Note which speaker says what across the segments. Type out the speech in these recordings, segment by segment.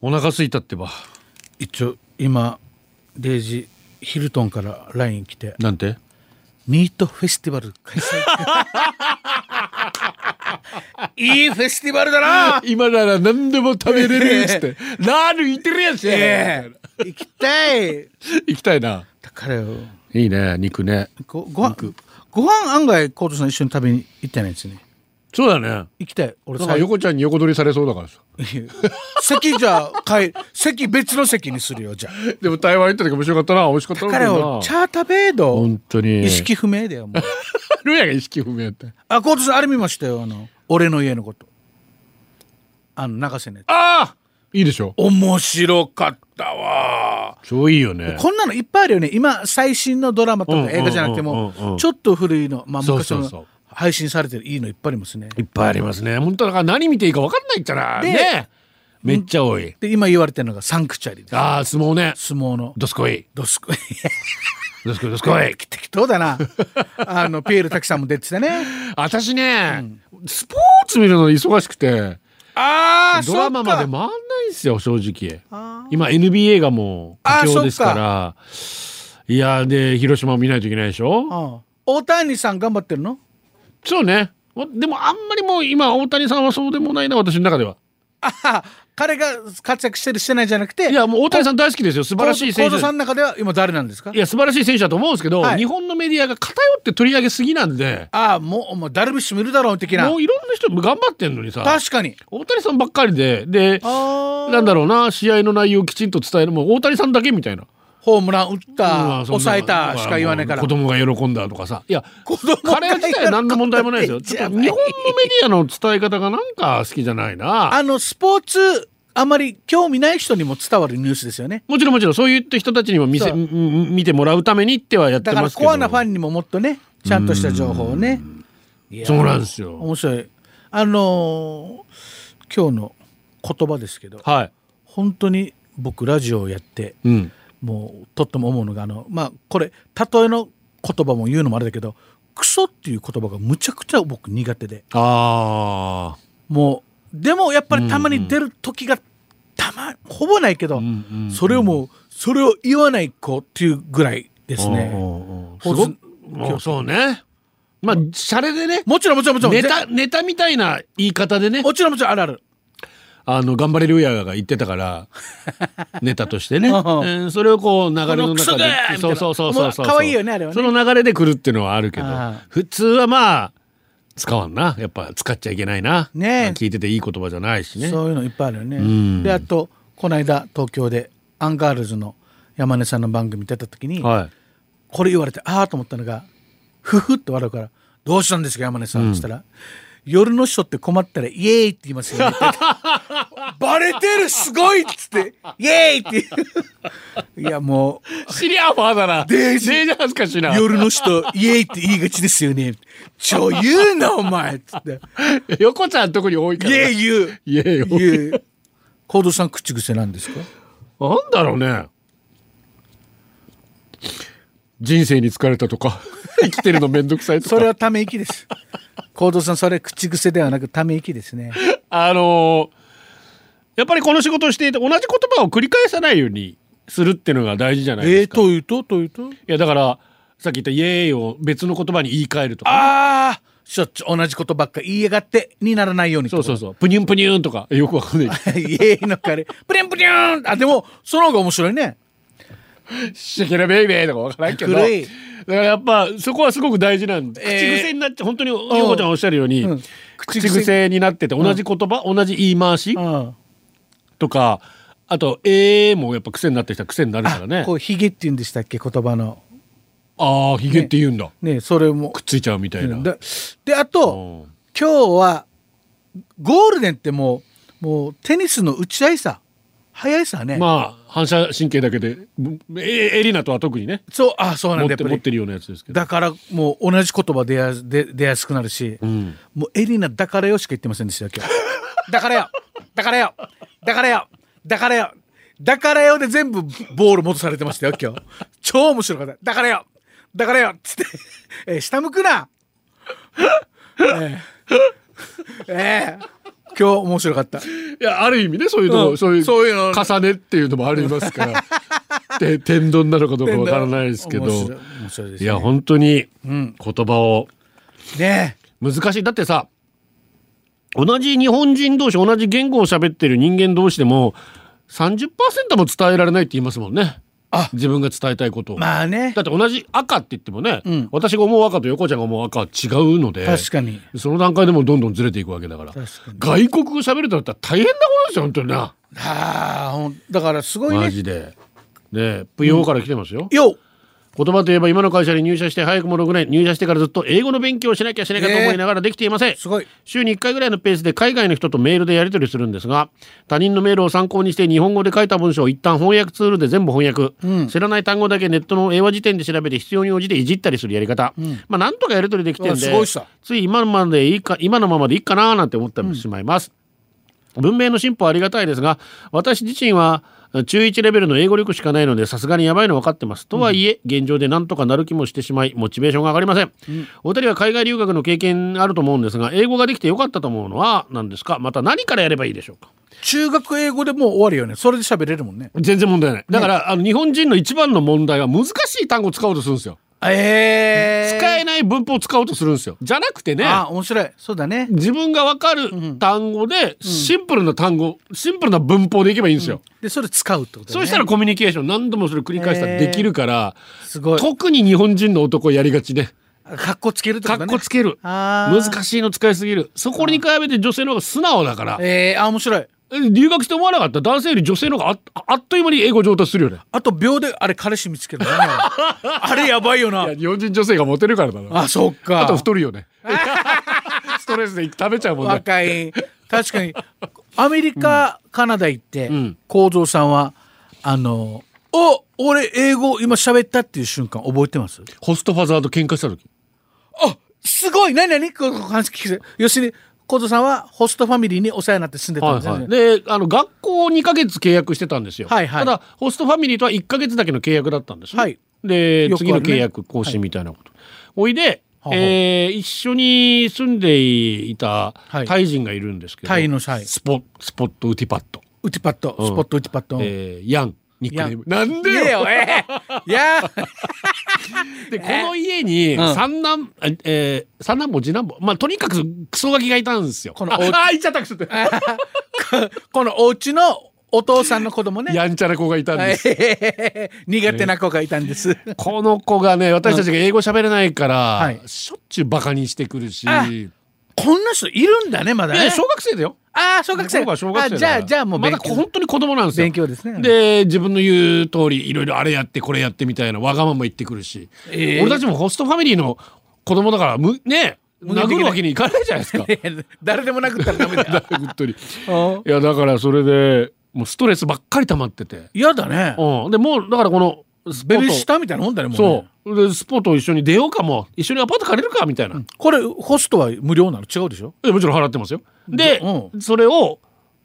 Speaker 1: お腹すいたってば
Speaker 2: 一応今0時ヒルトンから LINE 来て
Speaker 1: なんて
Speaker 2: 「ミートフェスティバル 開催」いいフェスティバルだな
Speaker 1: 今なら何でも食べれるっつって ラール言ってるやつや、
Speaker 2: ええ行きたい
Speaker 1: 行きたいな
Speaker 2: だからよ
Speaker 1: いいね肉ね
Speaker 2: ごご飯ご飯案外コートさん一緒に食べに行ってないんですね
Speaker 1: そうだね
Speaker 2: 行きたい俺
Speaker 1: なんか
Speaker 2: 最後
Speaker 1: 横ちゃんに横取りされそうだからさ
Speaker 2: 席じゃあ帰席別の席にするよじゃあ
Speaker 1: でも台湾行った時面白かったな美味しかったな
Speaker 2: 彼をチャータベード
Speaker 1: 本当に
Speaker 2: 意識不明だよもう
Speaker 1: ルヤが意識不明って
Speaker 2: あコートさんあれ見ましたよあの俺の家のことあの永瀬ね
Speaker 1: ああいいでしょ
Speaker 2: 面白かったわ
Speaker 1: 超いいよね
Speaker 2: こんなのいっぱいあるよね今最新のドラマと
Speaker 1: うんうん
Speaker 2: か
Speaker 1: うんうん
Speaker 2: 映画じゃなくてもちょっと古いのまあ
Speaker 1: そう
Speaker 2: 昔
Speaker 1: そうそう
Speaker 2: の配信されてるいいのいっぱいありますね
Speaker 1: いっぱいありますね本当だから何見ていいか分かんないっちゃな
Speaker 2: で
Speaker 1: ねめっちゃ多い
Speaker 2: で今言われてるのがサンクチャリです
Speaker 1: ああ相撲ね
Speaker 2: 相撲の
Speaker 1: どすこい
Speaker 2: ドスコイ
Speaker 1: どすこいどすこい
Speaker 2: 適当だなあのピエール滝さんも出てたね
Speaker 1: 私ね、スポーツ見るの忙しくて
Speaker 2: あ
Speaker 1: ドラマまで回んないんですよ正直今 NBA がもう
Speaker 2: あー
Speaker 1: 佳境ですからいやーで広島を見ないといけないでしょ
Speaker 2: 大谷さん頑張ってるの
Speaker 1: そうねおでもあんまりもう今大谷さんはそうでもないな私の中では
Speaker 2: あ彼が活躍してるしてないじゃなくて
Speaker 1: いやもう大谷さん大好きですよ素晴らしい選手
Speaker 2: 幸三さ
Speaker 1: い
Speaker 2: んの中では今誰なんですか
Speaker 1: や素晴らしい選手だと思うんですけど、
Speaker 2: はい
Speaker 1: 日本のメディアが偏って取り上げすぎなんで
Speaker 2: ああもうもうダルビッシュ見るだろう的な
Speaker 1: もういろんな人も頑張ってんのにさ
Speaker 2: 確かに
Speaker 1: 大谷さんばっかりでで
Speaker 2: あ
Speaker 1: なんだろうな試合の内容をきちんと伝えるもう大谷さんだけみたいな
Speaker 2: ホームラン打った、
Speaker 1: まあそんな
Speaker 2: 抑えたしか言わないから
Speaker 1: 子供が喜んだとかさいや
Speaker 2: 子供が
Speaker 1: 彼自体は何の問題もないですよちょっと日本のメディアの伝え方がなんか好きじゃないな
Speaker 2: あのスポーツあまり興味ない人にも伝わるニュースですよね
Speaker 1: もちろんもちろんそういった人たちにも見せ
Speaker 2: そうん
Speaker 1: ん見てもらうためにってはやって
Speaker 2: だか
Speaker 1: ま
Speaker 2: ら
Speaker 1: すけど
Speaker 2: コアなファンにももっとねちゃんとした情報をねいや
Speaker 1: そうなんですよ
Speaker 2: 面白いあのー今日の言葉ですけど
Speaker 1: は
Speaker 2: 本当に僕ラジオをやって
Speaker 1: いうん
Speaker 2: もうとっても思うのがあのまあこれ例えの言葉も言うのもあれだけどクソっていう言葉がむちゃくちゃ僕苦手で
Speaker 1: ああ
Speaker 2: もうでもやっぱりたまに出る時がたまほぼないけど、
Speaker 1: うんうん
Speaker 2: それをもうそれを言わない子っていうぐらいですね
Speaker 1: す
Speaker 2: ほ
Speaker 1: ご
Speaker 2: ず
Speaker 1: くもうそうねまあシャレでね
Speaker 2: もちろんもちろんもちろん
Speaker 1: ネタネタみたいな言い方でね
Speaker 2: もちろんもちろんあるある
Speaker 1: あの頑張れるやが言ってたから ネタとしてね、え
Speaker 2: うん
Speaker 1: ーそれをこう流れの中
Speaker 2: このクソが
Speaker 1: で
Speaker 2: ーみたいな
Speaker 1: そうそうそうそうそう
Speaker 2: まあ可愛いよねあれはね
Speaker 1: その流れで来るっていうのはあるけど
Speaker 2: ああ
Speaker 1: 普通はまあ使わんなやっぱ使っちゃいけないな、
Speaker 2: ねえ
Speaker 1: まあ聞いてていい言葉じゃないしね
Speaker 2: そういうのいっぱいあるよね
Speaker 1: ん
Speaker 2: であとこの間東京でアンガールズの山根さんの番組出た時に
Speaker 1: はい
Speaker 2: これ言われてああと思ったのがふふって笑うから「どうしたんですか山根さん」って言ったら「夜の人って困ったらイエーイって言います よね」バレてるすごい!」っつって「イエーイ!」って言ういやもう
Speaker 1: シリアファーだな
Speaker 2: デ
Speaker 1: デ
Speaker 2: ー
Speaker 1: ー
Speaker 2: ジ
Speaker 1: ジ恥ずかしいなよ
Speaker 2: 夜の人イエイって言いがちですよね超言うなお前っつって
Speaker 1: 横ちゃん特に多いか
Speaker 2: イ
Speaker 1: ら
Speaker 2: エイ言う
Speaker 1: イエイ多い
Speaker 2: 言うコードさん口癖なんですか
Speaker 1: なんだろうね人生に疲れたとか 生きてるのめんどくさいとか
Speaker 2: それはため息ですコードさんそれ口癖ではなくため息ですね
Speaker 1: あのーやっぱりこの仕事をしていて同じ言葉を繰り返さないようにするっていうのが大事じゃない
Speaker 2: え
Speaker 1: で
Speaker 2: ー、
Speaker 1: すか。
Speaker 2: というとというと
Speaker 1: いやだからさっき言った「イエーイ」を別の言葉に言い換えるとか、
Speaker 2: ああしょっちゅう同じことばっか言いやがってにならないように
Speaker 1: そうそううそう「プニュンプニュン」とかよくわかんない
Speaker 2: イエイのカレープリンプリュンあでもその方が面白いね
Speaker 1: 「シェケラベイベー」とかわからんけどだか
Speaker 2: 古い
Speaker 1: らやっぱそこはすごく大事なんで、
Speaker 2: えー
Speaker 1: 口癖になって本当に陽子ちゃんおっしゃるように、
Speaker 2: うん
Speaker 1: 口癖になってて同じ言葉、同じ言い回し
Speaker 2: うん
Speaker 1: とかあと「えー」もやっぱ癖になってきたら癖になるからね
Speaker 2: こうヒゲって言うんでしたっけ言葉の
Speaker 1: ああひげって言うんだ、
Speaker 2: ねそれも
Speaker 1: くっついちゃうみたいな。
Speaker 2: でであと今日はゴールデンってもうもうテニスの打ち合いさ早いさね、
Speaker 1: まあ反射神経だけでぶえエリナとは特にね
Speaker 2: そうあそう
Speaker 1: 持
Speaker 2: なん
Speaker 1: っ
Speaker 2: だやってぱ
Speaker 1: 持っ
Speaker 2: り
Speaker 1: てるようなやつですけど、
Speaker 2: だからもう同じ言葉出や出出やすくなるし、
Speaker 1: うん、
Speaker 2: もうエリナだからよしか言ってませんでしたよ今日だからよだからよだからよだからよだからよで全部ボール戻されてましたよ今日超面白かっただからよだからよっつって、えー下向くなえーえー今日面白かった。
Speaker 1: いやある意味ねそういうの、
Speaker 2: うん
Speaker 1: そういう
Speaker 2: そういうの
Speaker 1: 重ねっていうのもありますから で天丼なのかどうかわからないですけど
Speaker 2: 面白い面白いで
Speaker 1: い
Speaker 2: すね。
Speaker 1: や本当に
Speaker 2: うん
Speaker 1: 言葉を
Speaker 2: ねえ
Speaker 1: 難しいだってさ同じ日本人同士同じ言語を喋ってる人間同士でも30%も伝えられないって言いますもんね
Speaker 2: あ
Speaker 1: 自分が伝えたいことを、
Speaker 2: まあね
Speaker 1: だって同じ赤って言ってもね、
Speaker 2: ん
Speaker 1: 私が思う赤と横ちゃんが思う赤は違うので
Speaker 2: 確かに
Speaker 1: その段階でもどんどんずれていくわけだから
Speaker 2: 確か
Speaker 1: 外
Speaker 2: に
Speaker 1: 国語喋るとなったら大変なことですよ本当にな
Speaker 2: ああほんだからすごい
Speaker 1: マ
Speaker 2: ね。
Speaker 1: ジで。ねぷよから来てますよ、
Speaker 2: よ
Speaker 1: 言葉といえば今の会社に入社して早くも6年入社してからずっと英語の勉強をしなきゃしなきゃと思いながらできていません、
Speaker 2: すごい。
Speaker 1: 週に1回ぐらいのペースで海外の人とメールでやり取りするんですが他人のメールを参考にして日本語で書いた文章を一旦翻訳ツールで全部翻訳、知らない単語だけネットの英和辞典で調べて必要に応じていじったりするやり方、まあなんとかやり取りできてん
Speaker 2: あ
Speaker 1: です
Speaker 2: ごいさ
Speaker 1: つい今のままでいいか今のままでいいかななんて思ってしまいます、文明の進歩はありがたいですが私自身は中1レベルの英語力しかないのでさすがにやばいの分かってますとはいえ、現状でなんとかなる気もしてしまいモチベーションが上がりません、お二人は海外留学の経験あると思うんですが英語ができてよかったと思うのは何ですかまた何からやればいいでしょうか
Speaker 2: 中学英語でもう終わるよね。それで喋れるもんね。
Speaker 1: 全然問題ないだから、あの日本人の一番の問題は難しい単語を使おうとするんですよ
Speaker 2: ええ
Speaker 1: 使えない文法を使おうとするんですよじゃなくてね
Speaker 2: あ面白い。そうだね。
Speaker 1: 自分が分かる単語でシンプルな単語、シンプルな文法でいけばいいんですよ、
Speaker 2: でそれ使うってことだね。
Speaker 1: そうしたらコミュニケーション何度もそれ繰り返したらできるから、
Speaker 2: すごい。
Speaker 1: 特に日本人の男やりがちね。
Speaker 2: 格好つけるってこ
Speaker 1: か
Speaker 2: と
Speaker 1: っ
Speaker 2: ね
Speaker 1: こ。つける。
Speaker 2: あ
Speaker 1: 難
Speaker 2: い。
Speaker 1: しいの使いすぎる。そこに比べて女性の方が素直だから。
Speaker 2: えー、あ面白い。
Speaker 1: え留学して思わなかった男性より女性の方がああっという間に英語上達するよね。
Speaker 2: あと秒であれ彼氏見つけるの何な のあれやばいよ
Speaker 1: い
Speaker 2: な
Speaker 1: や、。日本人女性がモテるからだろ。
Speaker 2: あそっか。
Speaker 1: あと太る よね。ストレスで食べちゃうもんね。
Speaker 2: 若い確かにアメリカ、カナダ行って
Speaker 1: ん
Speaker 2: 幸三、さんはあの「お俺英語今喋った」っていう瞬間覚えてます
Speaker 1: ホストファザーと喧嘩した時。
Speaker 2: あすごい何何この話聞く要するに幸三さんはホストファミリーにお世話になって住んでた
Speaker 1: は
Speaker 2: んです
Speaker 1: い
Speaker 2: よ
Speaker 1: は
Speaker 2: ね
Speaker 1: い、であの学校2ヶ月契約してたんですよ、
Speaker 2: はいは
Speaker 1: た
Speaker 2: い
Speaker 1: だホストファミリーとは1ヶ月だけの契約だったんですね、
Speaker 2: はい
Speaker 1: で、
Speaker 2: よくあ
Speaker 1: 次
Speaker 2: るね
Speaker 1: の契約更新みたいなこと、おいで、
Speaker 2: はあはあ
Speaker 1: えー一緒に住んでいた
Speaker 2: はい
Speaker 1: タイ人がいるんですけど、
Speaker 2: タイのはい
Speaker 1: スポスポットウティパット、
Speaker 2: ウティパッドスポットウティパッド、
Speaker 1: えーヤンニックネームなんで
Speaker 2: いや
Speaker 1: よ
Speaker 2: よえーいや
Speaker 1: でこの家に
Speaker 2: ん
Speaker 1: 三男、えー三男坊次男坊まあとにかくクソガキがいたんですよ
Speaker 2: この
Speaker 1: あ
Speaker 2: お
Speaker 1: あいっちゃったくそって
Speaker 2: このお家のお父さんの子供ね
Speaker 1: やんちゃな子がいたんですよ
Speaker 2: えー苦手な子がいたん です、
Speaker 1: この子がね私たちが英語喋れないから、
Speaker 2: はい
Speaker 1: しょっちゅうバカにしてくるし、
Speaker 2: あ
Speaker 1: い
Speaker 2: こんな人いるんだねまだ
Speaker 1: や
Speaker 2: ね
Speaker 1: 小学生だよ
Speaker 2: ああ小学生
Speaker 1: 僕は小学生だ
Speaker 2: あ
Speaker 1: か
Speaker 2: じ
Speaker 1: ら
Speaker 2: ゃあじゃあもう
Speaker 1: まだ
Speaker 2: 勉強、
Speaker 1: 本当に子供なんですよ
Speaker 2: 勉強ですね
Speaker 1: で自分の言う通りいろいろあれやってこれやってみたいなわがまま言ってくるし、
Speaker 2: えー
Speaker 1: 俺たちもホストファミリーの子供だからむね
Speaker 2: 無限的な
Speaker 1: 殴るわけにいかないじゃないです か
Speaker 2: 誰でもなくったらダメ だよ
Speaker 1: 本当に
Speaker 2: うん
Speaker 1: いやだからそれでもうストレスばっかり溜まってて、
Speaker 2: 嫌だね
Speaker 1: うん、でもうだからこのスポ
Speaker 2: ベビー
Speaker 1: ッ
Speaker 2: シ
Speaker 1: ト
Speaker 2: ターみたいなもんだねもうね
Speaker 1: そうでスポット一緒に出ようかもう一緒にアパート借りるかみたいな、
Speaker 2: これホストは無料なの違うでしょ
Speaker 1: えもちろん払ってますよ。で、
Speaker 2: う
Speaker 1: それを
Speaker 2: ホス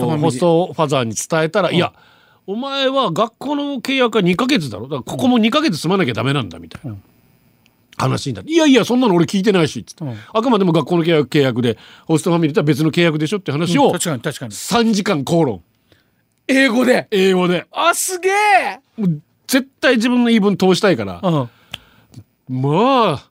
Speaker 2: トファミ
Speaker 1: お
Speaker 2: リー
Speaker 1: ホストファザーに伝えたら、いやお前は学校の契約は2ヶ月だろだからここも2ヶ月住まなきゃダメなんだみたいな、
Speaker 2: うん
Speaker 1: 話になって「いやいやそんなの俺聞いてないし」つって、
Speaker 2: うん
Speaker 1: あくまでも学校の契約契約でホストファミリーとは別の契約でしょって話を
Speaker 2: 確かに確かに
Speaker 1: 3時間口論
Speaker 2: 英語で
Speaker 1: 英語で
Speaker 2: あすげえ
Speaker 1: もう絶対自分の言い分通したいから、
Speaker 2: うん
Speaker 1: まあ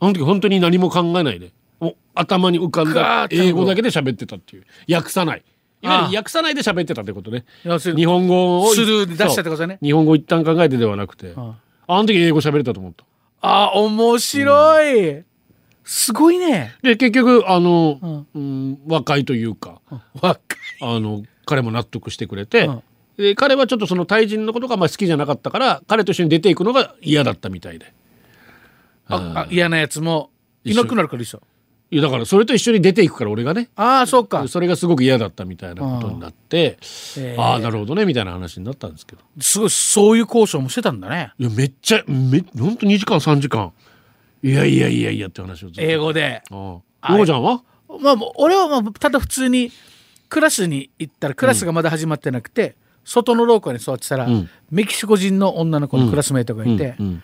Speaker 1: あの時本当に何も考えないでもう頭に浮かん
Speaker 2: ガー
Speaker 1: だ
Speaker 2: ッて
Speaker 1: 英語だけで喋ってたっていう訳さないいわゆ
Speaker 2: あ
Speaker 1: る訳さないで喋ってたってことね
Speaker 2: 要するに
Speaker 1: 日本語を
Speaker 2: スルーで出したって
Speaker 1: そう
Speaker 2: ことだね
Speaker 1: 日本語一旦考えてではなくてあの時英語喋れたと思った
Speaker 2: あ面白い、すごいね
Speaker 1: で結局あの、
Speaker 2: う
Speaker 1: うん、和解というか
Speaker 2: わか
Speaker 1: あの彼も納得してくれて、
Speaker 2: うん
Speaker 1: で彼はちょっとその対人のことがまあ好きじゃなかったから彼と一緒に出ていくのが嫌だったみたいで
Speaker 2: ああ嫌なやつもいなくなるからいいさ
Speaker 1: いやだからそれと一緒に出ていくから俺がね
Speaker 2: ああそうか
Speaker 1: それがすごく嫌だったみたいなことになって、
Speaker 2: えー
Speaker 1: ああなるほどねみたいな話になったんですけど
Speaker 2: すごいそういう交渉もしてたんだね
Speaker 1: いやめっちゃめほんと2時間3時間いやいやいやいやって話をずっと
Speaker 2: 英語で
Speaker 1: ああようちゃんは
Speaker 2: まあ、もう俺はまあただ普通にクラスに行ったらクラスがまだ始まってなくて、外の廊下に座ってたら、
Speaker 1: ん
Speaker 2: メキシコ人の女の子のクラスメイトがいて「
Speaker 1: うんうん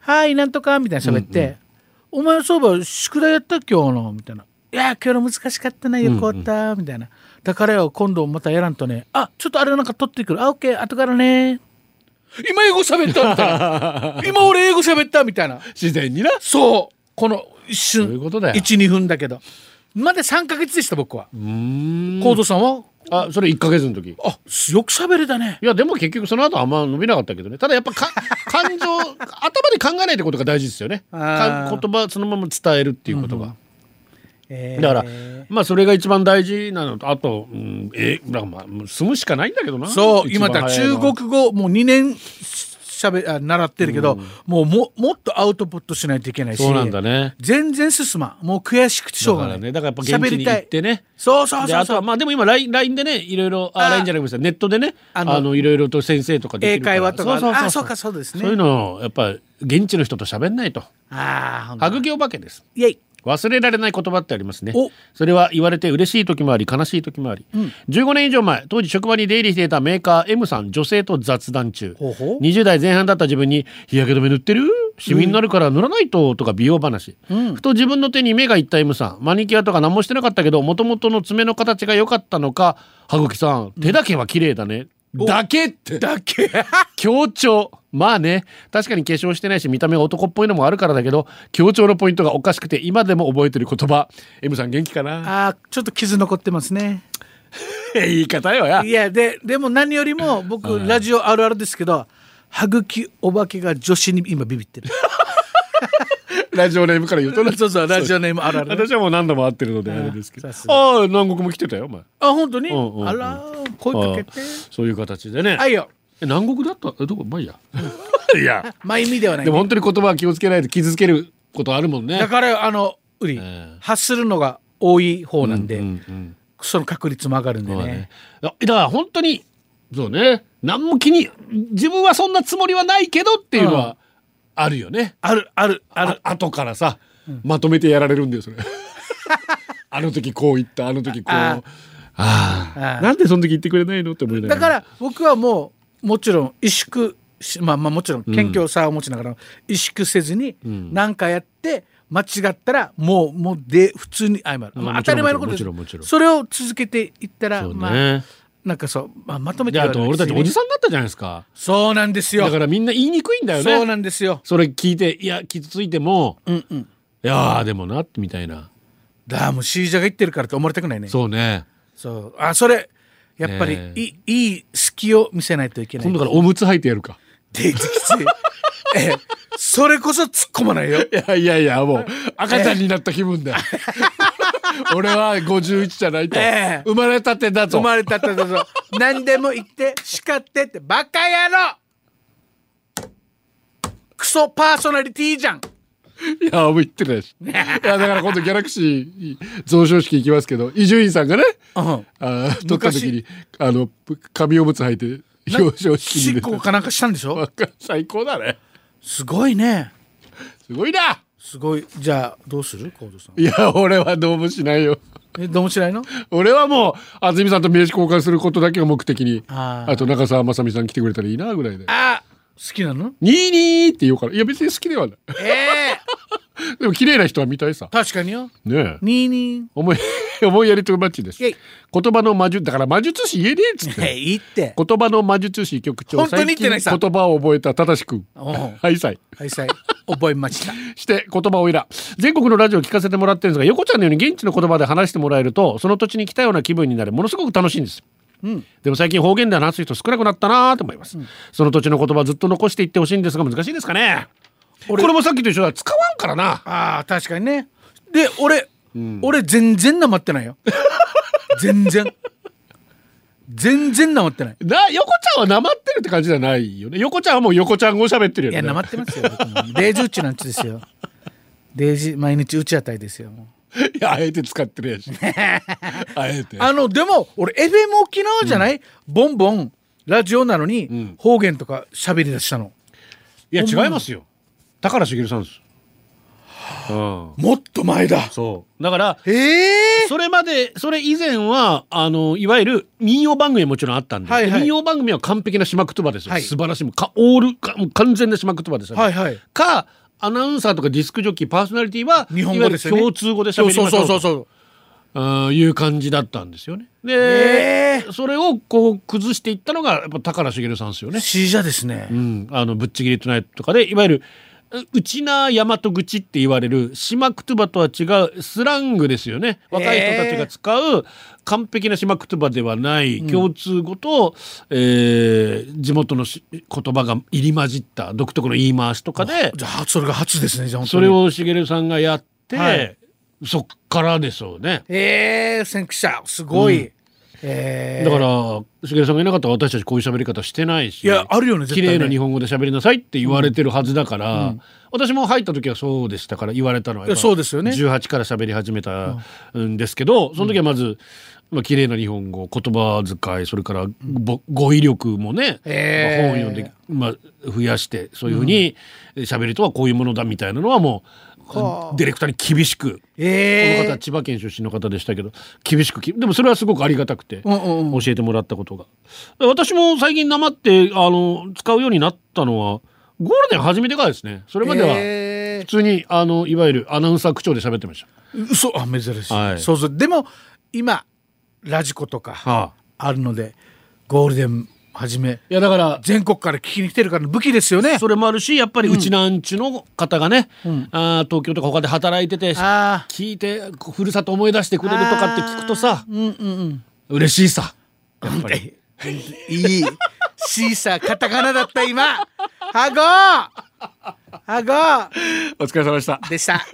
Speaker 2: はいなんとか」みたいな喋って「お前そういえば宿題やったっけな」みたいな「 「いや今日の難しかったなよかった」みたいな「だからよ今度またやらんとねあちょっとあれなんか取ってくるあオッケー後からね」今英語喋ったみたい な今俺英語喋ったみたいな
Speaker 1: 自然にな
Speaker 2: そうこの一
Speaker 1: そういう
Speaker 2: 瞬
Speaker 1: ことだよ
Speaker 2: 12分だけどまだ3か月でした僕は
Speaker 1: うーん
Speaker 2: コードさんは
Speaker 1: あそれ1か月の時
Speaker 2: あすよく喋れたね
Speaker 1: いやでも結局その後あんま伸びなかったけどねただやっぱ か感情頭で考えないってことが大事ですよねか
Speaker 2: あー
Speaker 1: 言葉そのまま伝えるっていうことが、
Speaker 2: だ
Speaker 1: だから、まあそれが一番大事なのとあと、うん、えだからまあもう住むしかないんだけどな
Speaker 2: そう
Speaker 1: 一番
Speaker 2: 今だから
Speaker 1: 早いの
Speaker 2: 中
Speaker 1: は
Speaker 2: 国語もう2年しゃべあ習ってるけど、もうももっとアウトプットしないといけないし
Speaker 1: そうなんだね
Speaker 2: 全然進まんもう悔しくてしょ
Speaker 1: だか
Speaker 2: うがな
Speaker 1: ら
Speaker 2: い
Speaker 1: ねだからやっぱ現地に行ってね
Speaker 2: そうそう
Speaker 1: で
Speaker 2: そ
Speaker 1: あ
Speaker 2: う
Speaker 1: と
Speaker 2: そ
Speaker 1: は
Speaker 2: う
Speaker 1: まあでも今 LINE LINE でねいろいろ
Speaker 2: あ
Speaker 1: あ
Speaker 2: ー
Speaker 1: LINE じゃなくてネットでねあ
Speaker 2: あの
Speaker 1: のいろいろと先生とかで
Speaker 2: 英
Speaker 1: きるから
Speaker 2: 会話と
Speaker 1: そ
Speaker 2: か
Speaker 1: うそうそう
Speaker 2: あそうかそうですね
Speaker 1: そういうのをやっぱ現地の人と喋んないと
Speaker 2: ああほん
Speaker 1: ハ
Speaker 2: と
Speaker 1: グキお化けです
Speaker 2: イエイ
Speaker 1: 忘れられない言葉ってありますね
Speaker 2: お
Speaker 1: それは言われて嬉しい時もあり悲しい時もあり、15年以上前当時職場に出入りしていたメーカー M さん女性と雑談中
Speaker 2: ほうほう
Speaker 1: 20代前半だった自分に「日焼け止め塗ってるシミになるから塗らないと」とか美容話、ふと自分の手に目がいった M さんマニキュアとか何もしてなかったけどもともとの爪の形が良かったのか「羽きさん手だけは綺麗だね」だけって
Speaker 2: だけ
Speaker 1: 強調まあね確かに化粧してないし見た目が男っぽいのもあるからだけど強調のポイントがおかしくて今でも覚えてる言葉 M さん元気かな
Speaker 2: あーちょっと傷残ってますね
Speaker 1: 言い方よや
Speaker 2: いやででも何よりも僕ラジオあるあるですけど歯茎お化けが女子に今ビビ ってる
Speaker 1: ラジオネームから言うとね
Speaker 2: そうそうラジオネームあるあるね
Speaker 1: 私はもう何度も会ってるのであれですけど
Speaker 2: あーさす
Speaker 1: ああ南国も来てたよお前
Speaker 2: あ本当に
Speaker 1: うんうんうん
Speaker 2: あらー声かけて
Speaker 1: そういう形でね、
Speaker 2: はいよ
Speaker 1: え南国だったえどこまあいい やいや
Speaker 2: まあ意味ではない
Speaker 1: でも本当に言葉は気をつけないと傷つけることあるもんね
Speaker 2: だからあのウリ、
Speaker 1: ええ
Speaker 2: 発するのが多い方なんで、
Speaker 1: うんうん
Speaker 2: その確率も上がるんで
Speaker 1: そうだね
Speaker 2: ね。
Speaker 1: だだから本当にそうね何も気に自分はそんなつもりはないけどっていうのはあるよね、
Speaker 2: あるあるあ
Speaker 1: あ
Speaker 2: る。
Speaker 1: の後からさ、まとめてやられるんだよ それあの時こう言ったあの時こう
Speaker 2: あ
Speaker 1: ああ
Speaker 2: あ
Speaker 1: なんでその時言ってくれないのって思いなが
Speaker 2: だ
Speaker 1: ら
Speaker 2: から僕はもうもちろん萎縮しまあまあもちろん謙虚さを持ちながら萎縮せずに
Speaker 1: ん
Speaker 2: 何かやって間違ったらもうもうで普通に謝る、
Speaker 1: うん
Speaker 2: まあ
Speaker 1: も
Speaker 2: 当
Speaker 1: ちろ
Speaker 2: た
Speaker 1: ん
Speaker 2: り前のことで
Speaker 1: も
Speaker 2: す
Speaker 1: ちろんもちろん
Speaker 2: それを続けていったら、
Speaker 1: そうね、
Speaker 2: まあなんかそう、まあ、まとめて
Speaker 1: であと俺たちおじ
Speaker 2: ん
Speaker 1: さんだったじゃないですか
Speaker 2: そうなんですよ
Speaker 1: だからみんな言いにくいんだよね
Speaker 2: そうなんですよ
Speaker 1: それ聞いていや傷ついても
Speaker 2: うんうん
Speaker 1: いやーでもなみたいな
Speaker 2: だからもうシージャが言ってるからって思われたくないね
Speaker 1: そうね
Speaker 2: そうあそれやっぱり、
Speaker 1: ねえ
Speaker 2: いいい隙を見せないといけない
Speaker 1: 今度からおむつ履いてやるか
Speaker 2: できついええそれ こそ突っ込まないよ
Speaker 1: いやいやいやもう 赤ちゃんになった気分 だよ俺は51じゃないと、
Speaker 2: ええ
Speaker 1: 生まれたてだと
Speaker 2: 生まれたってだぞ何でも言って叱ってってバカ野郎クソパーソナリティじゃん
Speaker 1: いやもう言ってない しいやだから今度ギャラクシー贈賞式行きますけど伊集院さんがね
Speaker 2: うん
Speaker 1: あー撮った時にあの紙おむつ履いて表彰式に
Speaker 2: 執
Speaker 1: 出
Speaker 2: 行
Speaker 1: て
Speaker 2: かなんかしたんでしょ
Speaker 1: 最高だね
Speaker 2: すごいね
Speaker 1: すごいな
Speaker 2: すごいじゃあどうするコードさん
Speaker 1: いや俺はどうもしないよ
Speaker 2: えどうもしないの
Speaker 1: 俺はもう安住さんと名刺交換することだけを目的に
Speaker 2: あ
Speaker 1: あ
Speaker 2: ー
Speaker 1: と中澤まさみさん来てくれたらいいなぐらいで「
Speaker 2: あ好きなの
Speaker 1: にーにー」って言おうからいや別に好きではない
Speaker 2: ええ
Speaker 1: でも綺麗な人は見たいさ
Speaker 2: 確かによ
Speaker 1: ねえ
Speaker 2: ニーニ
Speaker 1: 思い 思いやりとマッチです
Speaker 2: イェイ
Speaker 1: 言葉の魔術だから魔術師言えねえっつっ
Speaker 2: ーえ
Speaker 1: て
Speaker 2: いいって
Speaker 1: 言葉の魔術師局長
Speaker 2: 本当に言ってないさ
Speaker 1: 最近言葉を覚えた正しく
Speaker 2: おう
Speaker 1: はいさい
Speaker 2: はいさい覚えました
Speaker 1: して言葉をいら全国のラジオを聞かせてもらってるんですが横ちゃんのように現地の言葉で話してもらえるとその土地に来たような気分になりものすごく楽しいんです、でも最近方言で話す人少なくなったなと思います、その土地の言葉ずっと残していってほしいんですが難しいですかねこれもさっきと一緒だ使わんからな
Speaker 2: ああ確かにねで俺、俺全然なまってないよ全然全然なまってない
Speaker 1: な横ちゃんはなまってるって感じじゃないよね横ちゃんはもう横ちゃん語喋ってるよね
Speaker 2: いやなまってますよ僕もデージうちなんちですよデージ毎日うちあたりですよもう
Speaker 1: いやあえて使ってるやし あえて
Speaker 2: あのでも俺 FM 沖縄じゃない、ボンボンラジオなのに、方言とか喋り出したの
Speaker 1: いや違いますよ高原茂さんですうん
Speaker 2: もっと前だ
Speaker 1: そうだから
Speaker 2: ええ
Speaker 1: それまでそれ以前はあのいわゆる民謡番組もちろんあったんで、
Speaker 2: はいはい
Speaker 1: 民謡番組は完璧な島言葉ですよ、
Speaker 2: はい
Speaker 1: 素晴らしいもうかオールかもう完全な島言葉ですよ、
Speaker 2: はいはい
Speaker 1: かアナウンサーとかディスクジョッキーパーソナリティは
Speaker 2: 日本語ですよね
Speaker 1: いわゆる共通語で
Speaker 2: そ
Speaker 1: 喋
Speaker 2: う
Speaker 1: りましょ
Speaker 2: そううそう
Speaker 1: う
Speaker 2: そう
Speaker 1: あーいう感じだったんですよね。で、
Speaker 2: え
Speaker 1: それをこう崩していったのがやっぱ高良茂さんですよ
Speaker 2: え
Speaker 1: ね。
Speaker 2: シージャですね、
Speaker 1: うん、あのぶっちぎりトゥナイトとかでいわゆるううちな大和口って言われる島くとばとは違うスラングですよね若い人たちが使う完璧な島くとばではない共通語と、えー地元のし言葉が入り混じった独特の言い回しとかで
Speaker 2: じゃあそれが初ですねじゃあ本当
Speaker 1: そ
Speaker 2: に
Speaker 1: れを茂さんがやって、
Speaker 2: はい
Speaker 1: そっからでしょうね。
Speaker 2: ええ先駆者すごい、
Speaker 1: うん
Speaker 2: ええ
Speaker 1: だから茂さんがいなかったら私たちこういう喋り方してないし
Speaker 2: いやあるよね絶
Speaker 1: 綺
Speaker 2: 対ね
Speaker 1: 麗な日本語で喋りなさいって言われてるはずだから、私も入った時はそうでしたから言われたのはやっぱ
Speaker 2: いやそうですよね
Speaker 1: 18から喋り始めたんですけど、その時はまず、まあ綺麗な日本語言葉遣いそれからぼ語彙力もね、
Speaker 2: えー
Speaker 1: まあ本読んで、まあ、増やしてそういうふうに喋りとはこういうものだみたいなのはもう、
Speaker 2: はあ
Speaker 1: ディレクターに厳しく。この方
Speaker 2: え
Speaker 1: は千葉県出身の方でしたけど厳しくきでもそれはすごくありがたくて
Speaker 2: うんうんうん
Speaker 1: 教えてもらったことが、私も最近生ってあの使うようになったのはゴールデン初めてからですねそれまでは
Speaker 2: え
Speaker 1: 普通にあのいわゆるアナウンサー口調で喋ってまし
Speaker 2: え嘘あ珍しい、
Speaker 1: はい
Speaker 2: そうそうでも今ラジコとか
Speaker 1: た、はあ、
Speaker 2: あるのでゴールデンはじめ
Speaker 1: いやだから
Speaker 2: 全国から聞きに来てるから武器ですよね
Speaker 1: それもあるしやっぱりうちなんちゅの方がね、あー東京とか他で働いてて
Speaker 2: ああ
Speaker 1: 聞いてこうふるさと思い出してくれるとかって聞くとさ
Speaker 2: うんうんうん
Speaker 1: 嬉しいさやっぱ り
Speaker 2: いいシーサーカタカナだった今ハゴーハゴー
Speaker 1: お疲れ様でした
Speaker 2: でした